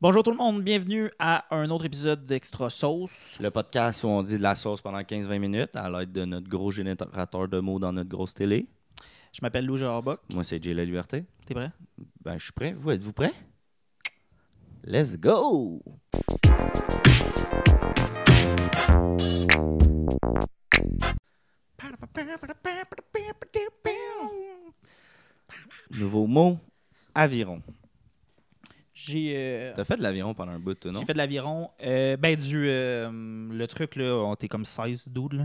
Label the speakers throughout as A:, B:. A: Bonjour tout le monde, bienvenue à un autre épisode d'Extra Sauce.
B: Le podcast où on dit de la sauce pendant 15-20 minutes à l'aide de notre gros générateur de mots dans notre grosse télé.
A: Je m'appelle Lou Gerbock.
B: Moi, c'est Jay La Liberté.
A: T'es prêt?
B: Ben, je suis prêt. Vous, êtes-vous prêts? Let's go! Nouveau mot, aviron.
A: J'ai euh,
B: T'as fait de l'aviron pendant un bout, toi, non?
A: j'ai fait de l'aviron. euh, ben, du. euh, le truc, là, on t'es comme 16 dudes, là.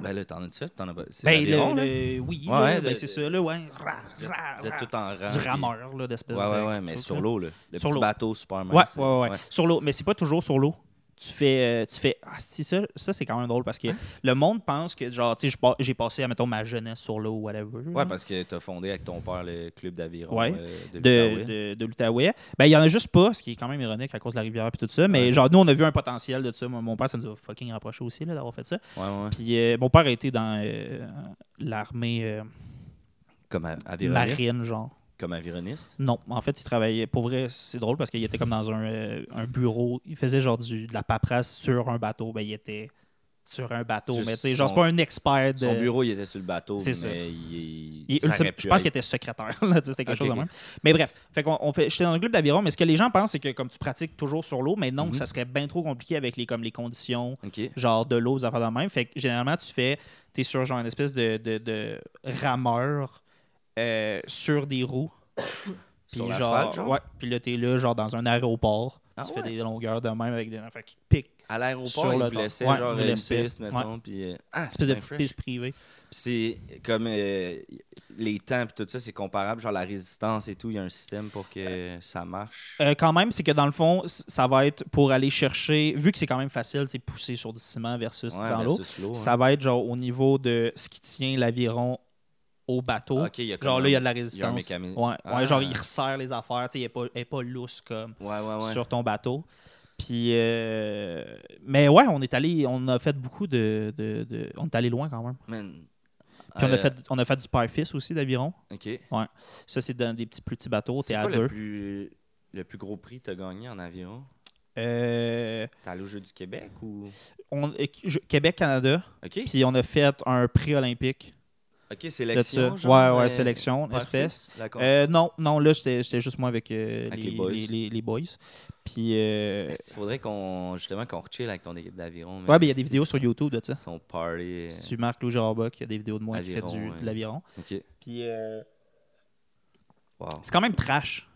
B: Ben là, t'en as-tu fait? T'en as pas... C'est
A: Ben,
B: l'aviron,
A: le-
B: là?
A: le- oui,
B: Ouais,
A: là,
B: le-
A: ben, c'est ça, là, ouais. Ra,
B: Vous êtes,
A: ra,
B: vous êtes
A: ra.
B: tout en rang.
A: Du
B: puis-
A: rameur, là, d'espèce
B: Ouais,
A: de.
B: ouais, ouais, mais
A: truc,
B: sur
A: là.
B: l'eau, là. Le
A: Sur
B: petit
A: l'eau.
B: bateau Superman.
A: Ouais,
B: c'est-
A: ouais, ouais, ouais. Sur l'eau, mais c'est pas toujours sur l'eau. Tu fais, euh, tu fais, ah, si ça, ça c'est quand même drôle parce
B: Hein?
A: que le monde pense que genre, tu sais, je pa- j'ai passé, mettons, ma jeunesse sur l'eau, whatever.
B: Ouais,
A: là.
B: parce que t'as fondé avec ton père le club d'aviron
A: Mm. Ouais.
B: euh, de,
A: de,
B: l'Outaouais.
A: de- de l'Outaouais. Ben, il y en a juste pas, ce qui est quand même ironique à cause de la rivière et tout ça. Mais
B: Ouais.
A: genre, nous, on a vu un potentiel de ça. Moi, Mon père, ça nous a fucking rapproché aussi là, d'avoir fait ça.
B: Ouais, ouais.
A: Puis euh, mon père a été dans euh, l'armée euh,
B: Comme a- avironiste.
A: marine, genre.
B: Comme avironiste.
A: Non, en fait, il travaillait. Pour vrai, c'est drôle parce qu'il était comme dans un, euh, un bureau. Il faisait genre du, de la paperasse sur un bateau. Ben, il était sur un bateau.
B: Juste
A: mais tu sais, genre, c'est
B: son-
A: pas un expert de.
B: Son bureau, il était sur le bateau,
A: C'est
B: mais
A: ça.
B: il,
A: Il est
B: ça
A: ultime-
B: aurait pu
A: je pense
B: être-
A: qu'il était secrétaire, là, tu sais, c'était quelque
B: Ok,
A: chose de
B: ok.
A: même. Mais bref, fait qu'on on fait, j'étais dans le club d'aviron, mais ce que les gens pensent, c'est que comme tu pratiques toujours sur l'eau, mais non,
B: Mhm.
A: ça serait bien trop compliqué avec les, comme, les conditions,
B: Ok.
A: genre de l'eau, des affaires de même. Fait que généralement, tu fais, t'es sur genre une espèce de, de, de rameur euh, sur des roues. Puis
B: Sur
A: genre,
B: l'asphalte, genre?
A: ouais, puis là, t'es là, genre dans un aéroport.
B: Ah
A: tu
B: ouais?
A: fais des longueurs de même avec des affaires qui piquent.
B: À
A: Sur
B: l'aéroport,
A: le
B: il vous
A: temps.
B: laissait
A: Ouais,
B: genre
A: il nous
B: une
A: laissait.
B: piste, mettons, puis... euh, Ah,
A: Espèce
B: c'est
A: de
B: bien
A: petite
B: fresh.
A: piste privée.
B: Puis c'est comme... euh, les temps, puis tout ça, c'est comparable, genre la résistance et tout, il y a un système pour que ça marche.
A: Euh, quand même, c'est que dans le fond, c- ça va être pour aller chercher, vu que c'est quand même facile, c'est pousser sur du ciment versus
B: Ouais,
A: dans l'eau,
B: versus l'eau, hein.
A: ça va être genre au niveau de ce qui tient l'aviron au bateau.
B: Ah, ok, il y a
A: Genre
B: comme
A: là, il y
B: un-
A: a de la
B: il y a un
A: résistance.
B: mécanisme.
A: Ouais, ouais,
B: Ah.
A: genre il resserre les affaires, tu sais, il n'est pas, il est pas lousse comme
B: Ouais, ouais, ouais.
A: sur ton bateau. Puis, euh, mais ouais, on est allé, on a fait beaucoup de, de- de- on est allé loin quand même.
B: Man.
A: Puis on,
B: Euh,
A: a fait, on a fait du pie-fish aussi d'aviron.
B: OK.
A: Ça, c'est dans des petits plus petits bateaux, t'es
B: C'est
A: à
B: quoi
A: deux.
B: le plus, le plus gros prix que t'as gagné en avion?
A: Euh,
B: T'es allé au Jeu du Québec ou...
A: on- euh, je- Québec, Canada.
B: OK.
A: Puis on a fait un prix olympique
B: OK,
A: de
B: sélection,
A: ça.
B: genre,
A: ouais, ouais,
B: euh,
A: sélection,
B: père-fils,
A: espèce.
B: d'accord.
A: Euh, non, non, là, j'étais j'étais juste moi avec, euh,
B: Avec
A: les,
B: les boys.
A: les- les- les boys. Puis, euh,
B: Est-ce qu'il faudrait qu'on justement qu'on chill avec ton équipe d'aviron. mais
A: ouais, ben, il y a
B: est-ce
A: des
B: que
A: vidéos sur
B: son-
A: YouTube de ça.
B: Son party. euh,
A: Si tu marques Lou Gerbock, il y a des vidéos de moi qui fait
B: Aviron,
A: du,
B: ouais.
A: de l'aviron.
B: OK.
A: Puis, euh,
B: Wow.
A: c'est quand même trash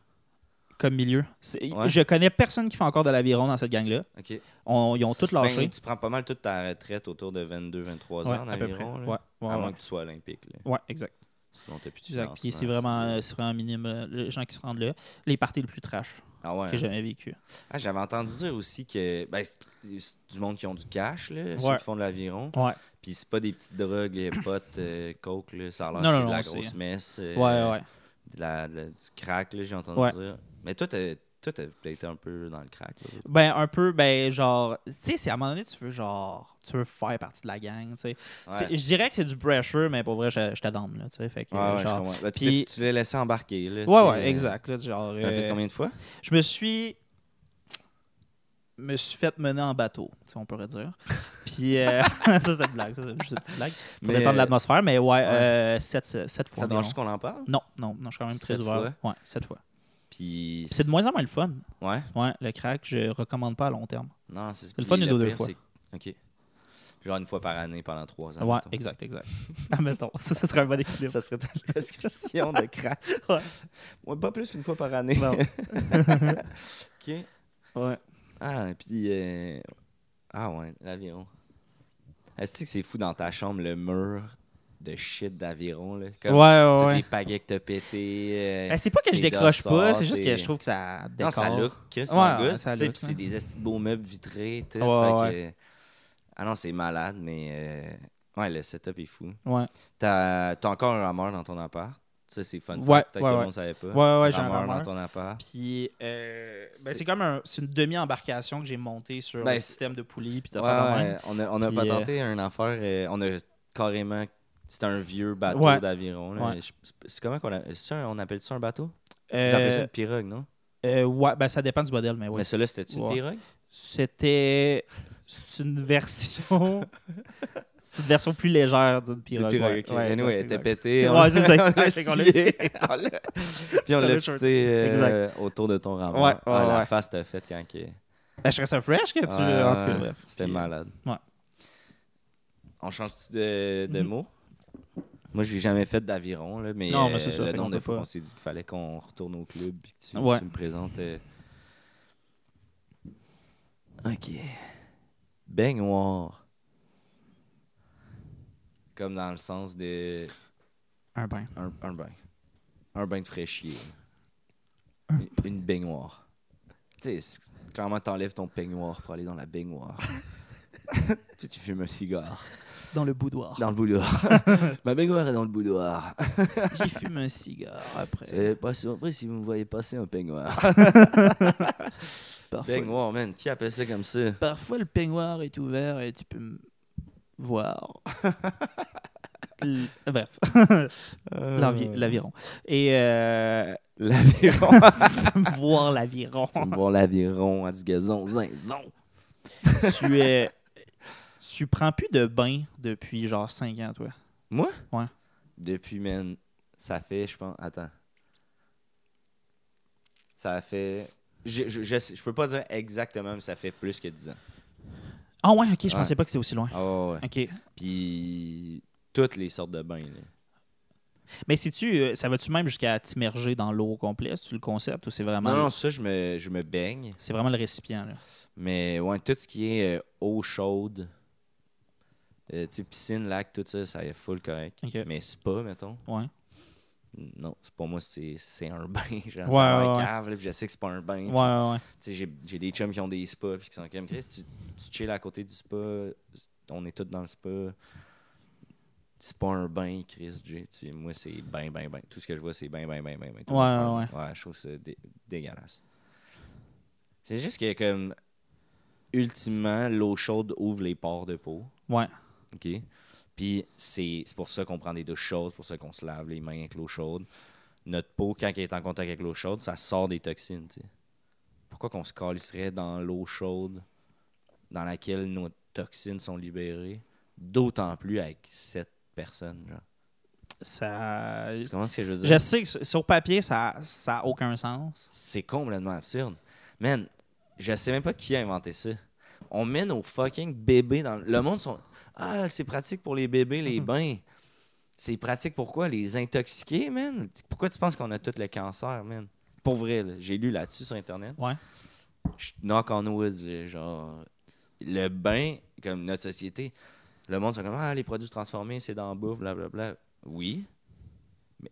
A: comme milieu. C'est-
B: Ouais.
A: Je connais personne qui fait encore de l'aviron dans cette gang-là.
B: OK.
A: On- ils ont tous
B: Ben,
A: lâché.
B: tu prends pas mal toute ta retraite autour de 22-23
A: Ouais,
B: ans en
A: à peu près.
B: aviron. là. Ah,
A: Ouais, ouais,
B: à moins
A: ouais.
B: que tu sois olympique. là.
A: Ouais, exact.
B: Sinon, t'as plus de
A: Exact. Puis
B: financement.
A: c'est vraiment, euh, c'est vraiment minime, euh, les gens qui se rendent là. Les parties les plus trash
B: Ah ouais.
A: que j'ai jamais vécues.
B: Ah, J'avais entendu dire aussi que ben, c'est c'est du monde qui ont du cash, là, ceux
A: Ouais.
B: qui font de l'aviron.
A: Ouais.
B: Puis c'est pas des petites drogues, euh, potes, euh, coke, là, ça a l'air
A: Non,
B: c'est
A: non,
B: de la
A: non,
B: grosse
A: c'est-
B: messe. euh,
A: Ouais, ouais.
B: de la- de la- du crack, là, j'ai entendu
A: Ouais.
B: dire. Mais toi, t'as toi, t'as peut-être été un peu dans le crack. là.
A: Ben, un peu, ben, genre, tu sais, c'est à un moment donné, tu veux, genre, tu veux faire partie de la gang, tu sais. C'est-
B: Ouais.
A: Je dirais que c'est du pressure, mais pour vrai, je, je t'adome, là, tu sais. Fait que,
B: Ouais, ouais, je
A: genre,
B: comprends. Ben, tu
A: puis-
B: t'es- tu l'as laissé embarquer.
A: ouais,
B: Là, c'est-
A: ouais, exact, là, genre,
B: T'as fait
A: euh,
B: combien de fois?
A: je me suis, me suis fait mener en bateau, tu sais, on pourrait dire. Puis, euh, ça, c'est une blague, ça, c'est juste une petite blague, pour
B: Mais- euh,
A: détendre l'atmosphère, mais ouais,
B: Ouais.
A: euh, sept, sept fois
B: Ça te dérange
A: environ.
B: qu'on en parle?
A: Non, non, non, je suis quand même très
B: Sept
A: ouvert. Ouais, sept fois.
B: Puis.
A: Puis c'est de moins en moins le fun.
B: Ouais.
A: Ouais, le crack, je recommande pas à long terme.
B: Non, c'est
A: le fun
B: puis
A: une ou deux
B: pire,
A: fois.
B: c'est- OK. Genre une fois par année pendant trois ans.
A: Ouais,
B: mettons.
A: exact, exact. Admettons, Ah, ça, ça serait un bon équilibre.
B: Ça serait ta description de crack.
A: Ouais.
B: Ouais, pas plus qu'une fois par année.
A: Non.
B: OK.
A: Ouais.
B: Ah, et puis. euh, Ah ouais, l'aviron. Est-ce que c'est fou dans ta chambre, le mur de shit d'aviron? là? Comme
A: ouais,
B: Toutes
A: ouais.
B: les pagaies que t'as pété. euh,
A: Ben, c'est pas que je
B: tes
A: décroche pas,
B: dossards,
A: c'est juste que
B: tes-
A: je trouve que ça décore.
B: Non, ça look, Chris,
A: Ouais,
B: mon
A: ouais,
B: gars.
A: ça
B: Tu sais,
A: look,
B: puis c'est
A: ouais.
B: des estis de beaux meubles vitrés. tout,
A: Ouais,
B: fait que- Ah non, c'est malade, mais... euh, Ouais, le setup est fou.
A: Ouais,
B: T'as t'as encore un rameur dans ton appart. Ça, c'est fun. fact,
A: Ouais, ouais,
B: Peut-être que le
A: ouais.
B: monde savait pas.
A: ouais, ouais, j'ai un
B: rameur dans
A: rameur.
B: ton appart.
A: Puis, euh, ben,
B: C'est-
A: c'est comme un, c'est une demi-embarcation que j'ai montée sur
B: Ben,
A: le
B: c'est-
A: système de poulies. Puis
B: Ouais,
A: t'as fait
B: ouais, on a, on a
A: Puis,
B: pas tenté une affaire. euh, on a carrément. C'était un vieux bateau
A: Ouais.
B: d'aviron. là.
A: Ouais.
B: Je- C'est comment qu'on a- c'est un- on appelle ça un bateau?
A: euh,
B: Ils appellent ça une pirogue, non?
A: Euh, ouais, ben, ça dépend du modèle, mais oui.
B: Mais celui-là, c'était-tu
A: Ouais.
B: une pirogue?
A: C'était c'est une version. c'est une version plus légère d'une pirogue.
B: Une
A: ouais.
B: pirogue, ok.
A: Ouais,
B: Anyway, elle était
A: exact.
B: pétée.
A: Ouais, c'est ça,
B: on l'a
A: c'est qu'on l'a
B: scié. On l'a- Puis
A: Dans
B: on l'a
A: le shirt.
B: jeté euh,
A: Exact.
B: autour de ton rempart.
A: Ouais, ouais,
B: Ah, La
A: ouais.
B: face t'as faite quand que-
A: Ben, je serais ça fresh que tu.
B: Ouais,
A: en tout cas,
B: ouais,
A: bref.
B: C'était
A: Puis-
B: malade.
A: Ouais. Mhm.
B: On change de, de mot? Moi, j'ai jamais fait d'aviron, là, mais,
A: Non, mais
B: euh,
A: c'est ça,
B: le
A: fait qu'on
B: nombre de
A: peut
B: fois
A: pas.
B: qu'on s'est dit qu'il fallait qu'on retourne au club puis que tu,
A: Ouais.
B: tu me présentes. euh. OK. Baignoire. Comme dans le sens de
A: Un bain.
B: un, un bain. Un bain de fraîchier. Une- Une baignoire. Tu sais, c'est- clairement, t'enlèves ton peignoir pour aller dans la baignoire. Puis tu fumes un cigare.
A: Dans le boudoir.
B: Dans le boudoir. Ma baignoire est dans le boudoir.
A: J'y fume un cigare après.
B: C'est pas surpris si vous me voyez passer un peignoir.
A: Parfois,
B: peignoir, man. Qui appelle ça comme ça?
A: parfois, le peignoir est ouvert et tu peux me voir. L- Bref,
B: Euh.
A: L'avi- l'aviron. Et euh,
B: L'aviron.
A: tu peux me voir l'aviron.
B: bon, l'aviron à du gazon. Zinzon.
A: tu es. Tu prends plus de bain depuis genre 5 ans, toi.
B: Moi?
A: Ouais.
B: Depuis, man, ça fait, je pense. Attends. Ça fait. Je, je, je, sais- je peux pas dire exactement, mais ça fait plus que 10 ans.
A: Ah ouais, ok, je
B: Ouais.
A: pensais pas que c'était aussi loin.
B: Ah ouais, ouais.
A: Ok.
B: Puis. Toutes les sortes de bains, là.
A: Mais si tu. euh, Ça va-tu même jusqu'à t'immerger dans l'eau au complet, tu le concept, ou c'est vraiment.
B: Non, non, ça, je me, je me baigne.
A: C'est vraiment le récipient, là.
B: Mais ouais, tout ce qui est euh, eau chaude, euh, tu sais, piscine, lac, tout ça, ça est full correct.
A: Ok.
B: Mais spa, mettons.
A: Ouais.
B: Non, c'est- pour moi, c'est c'est un bain. Genre, c'est
A: Ouais,
B: un
A: ouais, ouais.
B: cave, là, puis je sais que c'est pas un bain.
A: Ouais,
B: puis
A: ouais, ouais.
B: Tu sais, j'ai j'ai des chums qui ont des spas puis qui sont comme Chris, tu, tu chill à côté du spa, on est tous dans le spa. C'est pas un bain, Chris J. Tu sais, moi, c'est bain, bain, bain. Tout ce que je vois, c'est bain, bain, bain, bain. bain. Tout le
A: Ouais,
B: monde
A: ouais,
B: parle. Ouais, je trouve ça dé- dégueulasse. C'est juste que, comme, ultimement, l'eau chaude ouvre les pores de peau.
A: Ouais.
B: OK? Puis c'est c'est pour ça qu'on prend des douches chaudes, c'est pour ça qu'on se lave les mains avec l'eau chaude. Notre peau, quand elle est en contact avec l'eau chaude, ça sort des toxines. tu sais. Pourquoi qu'on se calisserait dans l'eau chaude dans laquelle nos toxines sont libérées, d'autant plus avec cette personne? Genre.
A: Ça.
B: Tu comprends ce que je veux dire?
A: Je sais que sur- sur papier, ça n'a ça a aucun sens.
B: C'est complètement absurde. Man, je sais même pas qui a inventé ça. On met nos fucking bébés dans le monde sont ah, c'est pratique pour les bébés les bains. C'est pratique pourquoi les intoxiquer, man. Pourquoi tu penses qu'on a tout le cancer, man Pour vrai, là, j'ai lu là-dessus sur internet.
A: Ouais.
B: Je- knock on woods, là, genre le bain comme notre société, le monde sont comme ah, les produits transformés, c'est dans la bouffe, blablabla. Oui. Mais,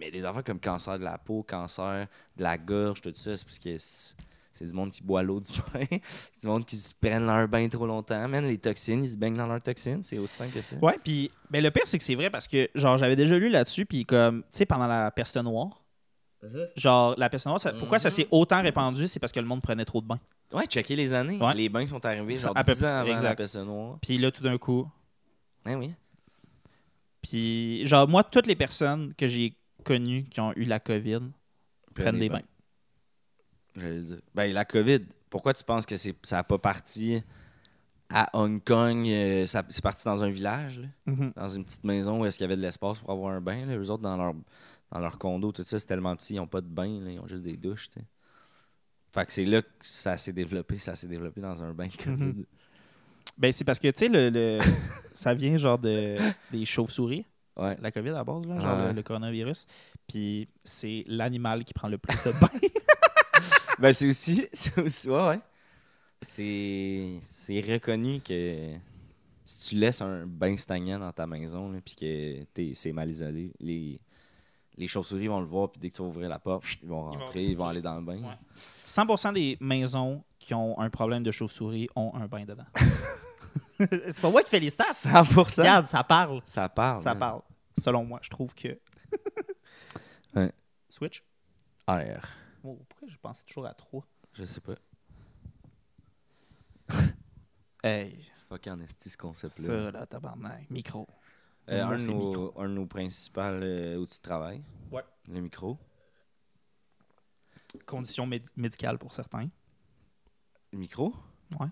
B: mais les affaires comme cancer de la peau, cancer de la gorge, tout ça, c'est parce que c'est c'est du monde qui boit l'eau du bain. c'est du monde qui se prennent leur bain trop longtemps. Man, les toxines, ils se baignent dans leurs toxines. C'est aussi simple que ça.
A: Ouais, puis. Mais le pire, c'est que c'est vrai parce que, genre, j'avais déjà lu là-dessus, puis comme. Tu sais, pendant la peste noire.
B: Mm-hmm.
A: Genre, la peste noire, ça- pourquoi ça s'est autant répandu? C'est parce que le monde prenait trop de bains.
B: Ouais, checker les années.
A: Ouais.
B: Les bains sont arrivés genre
A: À peu
B: 10 ans avant
A: exact.
B: la peste noire.
A: Puis là, tout d'un coup,
B: Ouais, Ben oui.
A: Puis, genre, moi, toutes les personnes que j'ai connues qui ont eu la COVID prennent des bains.
B: J'allais le dire. Ben, la COVID, pourquoi tu penses que c'est, ça n'a pas parti à Hong Kong? euh, ça, c'est parti dans un village, là,
A: Mhm.
B: dans une petite maison où est-ce qu'il y avait de l'espace pour avoir un bain. Les Eux autres, dans leur, dans leur condo, tout ça, c'est tellement petit, ils n'ont pas de bain, là, ils ont juste des douches. tu sais. Fait que c'est là que ça s'est développé, ça s'est développé dans un bain. COVID.
A: Mhm. Ben, c'est parce que, tu sais, le, le- ça vient genre de, des chauves-souris,
B: Ouais.
A: la COVID à la base, là, genre
B: Ouais.
A: le, le coronavirus. Puis, c'est l'animal qui prend le plus de bains.
B: ben, c'est aussi, c'est aussi- ouais, ouais. C'est, c'est reconnu que si tu laisses un bain stagnant dans ta maison, là, puis que t'es, c'est mal isolé, les, les chauves-souris vont le voir, puis dès que tu vas ouvrir la porte, ils vont
A: Ils vont
B: rentrer, ils vont aller dans le bain.
A: Ouais. 100% des maisons qui ont un problème de chauve-souris ont un bain dedans. c'est pas moi qui fais les stats.
B: 100%!
A: Regarde, ça parle.
B: Ça parle. hein.
A: Ça
B: Oh, man.
A: parle. Selon moi, je trouve que.
B: Ouais.
A: Switch.
B: R.
A: Oh, pourquoi je pense toujours à 3
B: Je sais pas.
A: Hey.
B: Fuck en esti, ce concept-là.
A: Ça, là, tabarnak. Micro.
B: Euh,
A: Moi,
B: un, de
A: c'est
B: nos,
A: le micro.
B: un de nos principaux euh, outils de travail,
A: Ouais.
B: le micro.
A: Conditions méd- médicales pour certains.
B: Micro?
A: Ouais.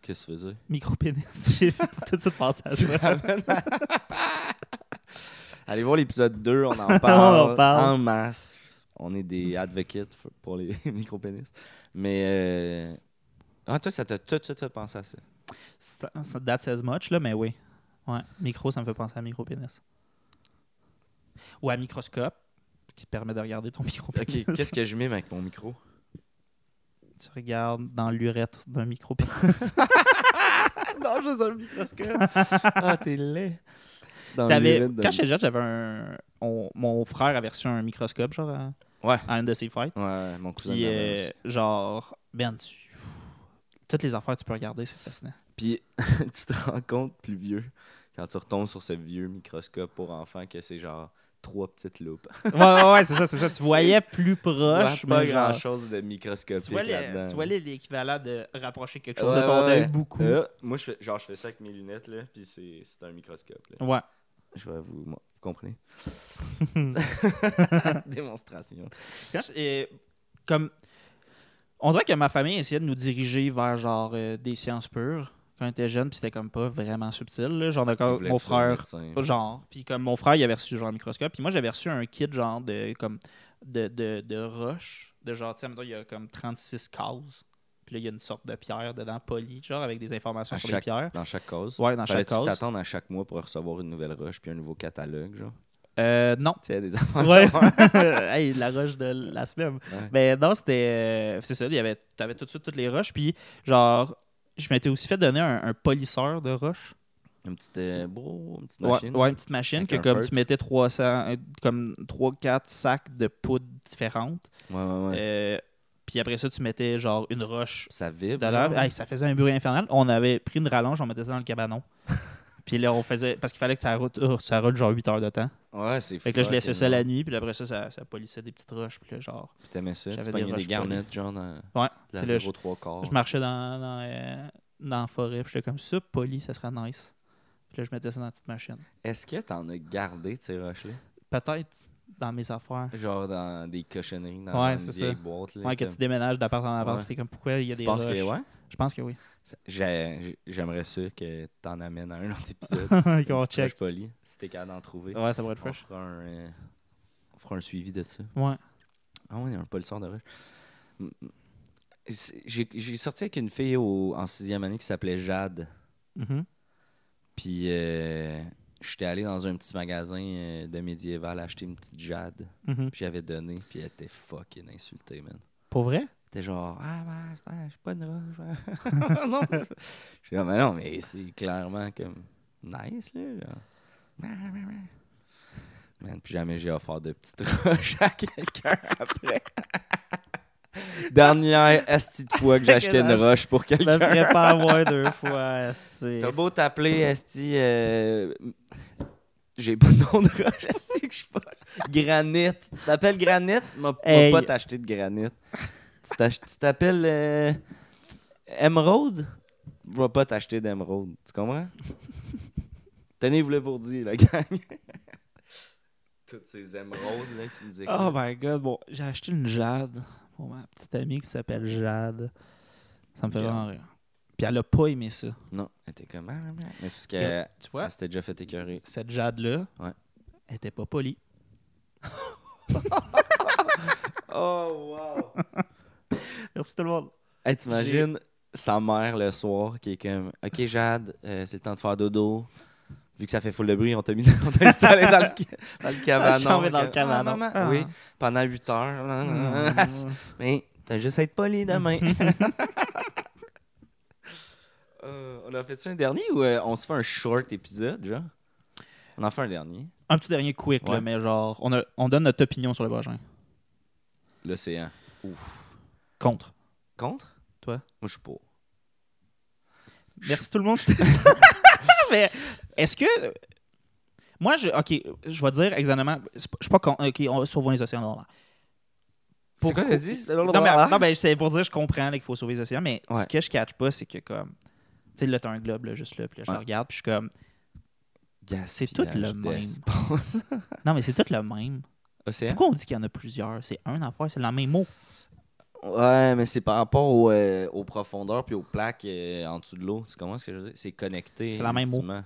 B: Qu'est-ce que tu faisais?
A: Micro-pénis. J'ai pas tout de suite pensé à ça.
B: Allez voir l'épisode 2, on en
A: On
B: parle,
A: en parle.
B: en masse. On est des advocates f- pour les micro-pénis. Mais. euh, Ah, toi, ça t'a tout de suite fait penser à ça.
A: Ça, ça- that says much, là, mais oui. Ouais. Micro, ça me fait penser à micro-pénis. Ou à microscope, qui te permet de regarder ton
B: Ok,
A: micro-pénis.
B: qu'est-ce que je mime avec mon micro?
A: Tu regardes dans l'urètre d'un micro-pénis.
B: non, je suis un microscope. ah, t'es laid. Dans
A: T'avais-
B: l'urètre de-
A: Quand j'étais jeune, j'avais un. on- mon frère avait reçu un microscope, genre, à,
B: Ouais.
A: à une de ses fêtes.
B: Ouais, mon cousin.
A: Puis,
B: l'avait
A: euh,
B: aussi.
A: genre, ben, tu- Toutes les affaires que tu peux regarder, c'est fascinant.
B: Puis tu te rends compte plus vieux quand tu retombes sur ce vieux microscope pour enfants que c'est genre trois petites loupes.
A: Ouais, ouais, ouais, c'est ça, c'est ça. Tu voyais plus
B: Ouais,
A: proche,
B: pas
A: mais genre-
B: grand chose de microscopique
A: Tu vois, les-
B: là-dedans.
A: tu vois les- l'équivalent de rapprocher quelque chose
B: Ouais,
A: de ton
B: ouais,
A: œil
B: ouais.
A: beaucoup.
B: Euh, moi, je fais, genre, je fais ça avec mes lunettes, là, puis c'est c'est un microscope. là.
A: Ouais.
B: Je vais vous, moi, vous comprenez? Démonstration.
A: Quand je- euh, comme, on dirait que ma famille essayait de nous diriger vers genre euh, des sciences pures quand on était jeune, puis c'était comme pas vraiment subtil. là. Genre, de-
B: Vous
A: Oh,
B: voulez
A: mon
B: être sur le
A: frère,
B: médecin.
A: genre, puis comme mon frère, il avait reçu genre un microscope, puis moi j'avais reçu un kit genre de comme de, de, de roche, de genre, tu sais, mettons, il y a comme 36 cases, puis là il y a une sorte de pierre dedans polie, genre avec des informations
B: À
A: sur
B: chaque-
A: les pierres.
B: hein. Dans chaque cause.
A: Ouais, dans chaque
B: Fallait-tu
A: case.
B: t'attendre à chaque mois pour recevoir une nouvelle rush puis un nouveau catalogue, genre?
A: Euh, non.
B: Tu sais, des affaires.
A: Ouais. Hey, la roche de la semaine.
B: Ouais.
A: Mais non, c'était. euh, C'est ça, il y avait, t'avais tout de suite toutes les roches. Puis, genre, je m'étais aussi fait donner un, un polisseur de roches.
B: Une petite, euh, bro, une petite
A: Ouais,
B: machine.
A: ouais, une petite machine
B: Avec
A: que,
B: un
A: comme
B: feu.
A: tu mettais 300, euh, comme 3-4 sacs de poudre différentes.
B: Ouais, ouais, ouais.
A: Euh, puis après ça, tu mettais, genre, une roche
B: Ça vibre.
A: dedans.
B: genre?
A: Hey, ça faisait un bruit infernal. On avait pris une rallonge, on mettait ça dans le cabanon. puis là, on faisait. Parce qu'il fallait que ça roule, ça roule genre 8 heures de temps.
B: Ouais, c'est
A: Fait que là, je laissais ça
B: fucking
A: la
B: bon.
A: nuit, puis après ça, ça, ça polissait des petites roches, puis là, genre.
B: Puis T'aimais ça?
A: J'avais
B: Tu
A: des
B: pognais des
A: rushs
B: garnets, genre, dans
A: Ouais.
B: la
A: Puis là,
B: 0,3 quarts.
A: Je marchais dans, dans, euh, dans la forêt, puis j'étais comme ça, poli, ça serait nice. Puis là, je mettais ça dans la petite machine.
B: Est-ce que t'en as gardé de ces roches-là?
A: Peut-être dans mes affaires.
B: Genre dans des cochonneries, dans
A: Ouais,
B: une
A: c'est
B: vieille
A: ça.
B: boîte. Là,
A: Ouais, que
B: comme-
A: tu déménages d'appart en appart,
B: Ouais.
A: puis t'es comme pourquoi il y a
B: Tu
A: des
B: penses
A: roches.
B: que ouais?
A: Je pense que oui.
B: Ça- j'ai- J'aimerais ça que t'en amènes à un autre épisode.
A: Qu'on
B: Une petite roche
A: check.
B: polie, si t'es capable d'en trouver.
A: Ouais, ça pourrait être
B: on,
A: fresh.
B: fera un, euh, on fera un suivi de ça.
A: Ouais.
B: Ah ouais, il y a un polisseur de roche. Mm, mm. C'est- J'ai j'ai sorti avec une fille au- en sixième année qui s'appelait Jade.
A: Mhm.
B: Puis euh, j'étais allé dans un petit magasin euh, de médiéval acheter une petite Jade.
A: Mhm.
B: Puis j'avais donné, puis elle était fucking insultée, man.
A: Pour vrai?
B: T'es genre, ah, ben, c'est pas- je suis pas une roche. hein. non, je je suis comme, mais non, mais c'est clairement comme nice, là. genre. Ben, ben, ben. Man, plus jamais j'ai offert de petites roches à quelqu'un après. Dernière esti de fois que j'achetais une
A: Quel âge?
B: roche pour
A: Je le
B: quelqu'un.
A: ferais pas moi deux fois. C'est. Oh
B: T'as beau t'appeler esti. euh, J'ai pas de nom de roche, esti, que je suis pas. Granit. Tu t'appelles Granit? M'a m'a
A: Hey.
B: pas t'acheter de Granit. Tu t'ach- tu t'appelles euh, Émeraude? Va pas t'acheter d'émeraude. Tu comprends? Tenez-vous le pour dire, la gang. Toutes ces émeraudes là, qui nous écoutent.
A: Oh my god, bon, j'ai acheté une Jade pour ma petite amie qui s'appelle Jade. Ça me fait
B: Jade.
A: vraiment rire. Puis elle a pas aimé ça.
B: Non, elle était comment? Mais Ah, c'est parce
A: Yeah.
B: qu'elle
A: Tu
B: elle s'était déjà fait écœurer.
A: cette Jade-là,
B: Ouais.
A: elle était pas polie.
B: Oh, wow!
A: Merci tout le monde.
B: Hey, t'imagines sa mère le soir qui est comme Ok, Jade, euh, c'est le temps de faire dodo. Vu que ça fait full de bruit, on t'a mis on t'a installé dans le, ca- dans le cabanon.
A: chambre est dans le
B: Ah,
A: cabanon.
B: maman,
A: Ah. Mm.
B: Oui, pendant 8 heures. Ah, Mais t'as juste à être poli demain. Euh, on a fait-tu un dernier ou euh, on se fait un short épisode, genre On en fait un dernier.
A: Un petit dernier quick, là,
B: Ouais.
A: mais genre, on, a- on donne notre opinion sur le prochain.
B: L'océan. Ouf.
A: Contre.
B: Contre
A: Toi?
B: Moi, je suis pour.
A: Merci tout le monde. c'était- mais est-ce que. Moi, je, ok, je vais dire exactement. c'est pas- Je suis pas contre. Ok, on va sauver les océans. Non, non.
B: C'est quoi,
A: Pourquoi-
B: t'as dit Ah.
A: Non, mais, non, mais c'est pour dire, je comprends là, qu'il faut sauver les océans, mais
B: Ouais.
A: ce que je catch pas, c'est que comme. Tu sais, là, t'as un globe, là, juste là, puis là, je
B: Ouais.
A: le regarde, puis je suis comme.
B: c'est
A: tout le même. Non, mais c'est tout le même.
B: Océan
A: Pourquoi on dit qu'il y en a plusieurs C'est un affaire, c'est le même mot.
B: Ouais, mais c'est par rapport au, euh, aux profondeurs puis aux plaques euh, en dessous de l'eau. Tu comprends ce que je veux dire? C'est connecté.
A: C'est la même eau.
B: ultimement.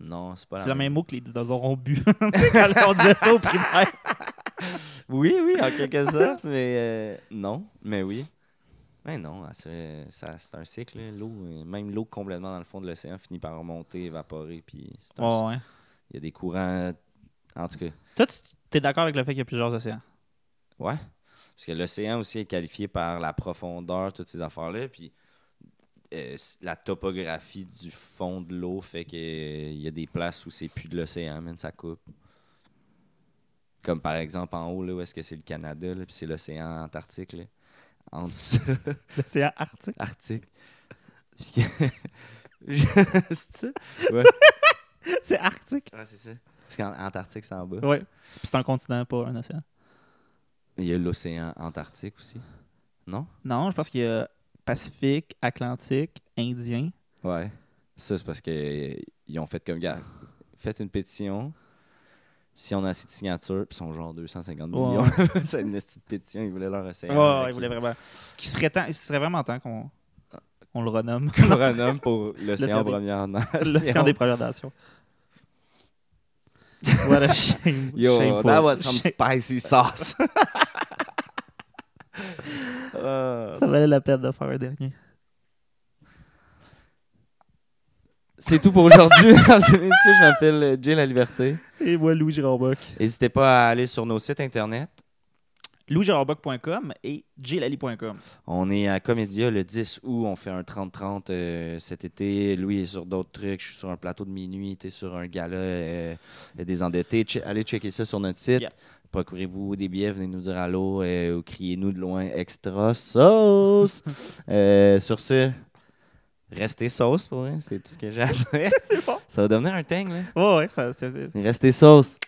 B: Non, c'est pas
A: C'est le même mot que les dinosaures ont bu. Quand on disait ça au primaire.
B: Oui, oui, en quelque sorte, mais euh, non, mais oui. Mais non, hein, c'est ça- c'est un cycle. hein, L'eau, euh, même l'eau complètement dans le fond de l'océan finit par remonter, évaporer, puis c'est un-
A: ouais.
B: il y a des courants. En tout cas,
A: Toi, tu es d'accord avec le fait qu'il y a plusieurs océans.
B: ouais. Parce que l'océan aussi est qualifié par la profondeur, toutes ces affaires-là, puis euh, c- la topographie du fond de l'eau fait qu'il y a des places où c'est plus de l'océan, même ça coupe. Comme par exemple en haut, là, où est-ce que c'est le Canada, là, puis c'est l'océan Antarctique. Là. En dessous.
A: L'océan arctique.
B: Arctique. Puis que- Je- c'est ça? Ouais.
A: C'est arctique.
B: Ouais, c'est ça. Parce qu'Antarctique, c'est en bas.
A: Ouais. C'est puis c'est un continent, pas un océan.
B: Il y a l'océan Antarctique aussi. Non?
A: Non, je pense qu'il y a Pacifique, Atlantique, Indien.
B: Ouais. Ça, c'est parce qu'ils ont fait comme gars. Faites une pétition. Si on a assez de signatures, puis ils sont genre 250
A: Ouais.
B: millions. c'est une petite pétition, ils voulaient leur océan.
A: Ouais,
B: avec
A: il voulait vraiment. Qui serait temps, il serait vraiment temps qu'on on le renomme
B: le Coronum pour
A: L'océan
B: l'océan
A: des-
B: Première Nation.
A: l'océan des Premières Nations. What a shame.
B: Yo,
A: shameful-
B: that was some
A: shame-
B: spicy sauce. Ah,
A: Ça valait la peine de faire un dernier.
B: C'est tout pour aujourd'hui, mesdames et messieurs. Je m'appelle euh, Jay La Liberté.
A: Et moi, Louis Girarboc.
B: N'hésitez pas à aller sur nos sites internet.
A: LouisGirarboc.com et jlali.com.
B: On est à Comédia le 10 août. On fait un 30-30 euh, cet été. Louis est sur d'autres trucs. Je suis sur un plateau de minuit. T'es sur un gala euh, des endettés. Che- allez checker ça sur notre site.
A: Yeah.
B: Procurez-vous des billets. Venez nous dire allô euh, ou criez-nous de loin extra sauce. Euh, sur ce, restez sauce pour vrai. C'est tout ce que j'ai à dire.
A: C'est bon.
B: Ça va devenir un thing, là.
A: Ouais, ouais, ça, c'est-
B: Restez sauce.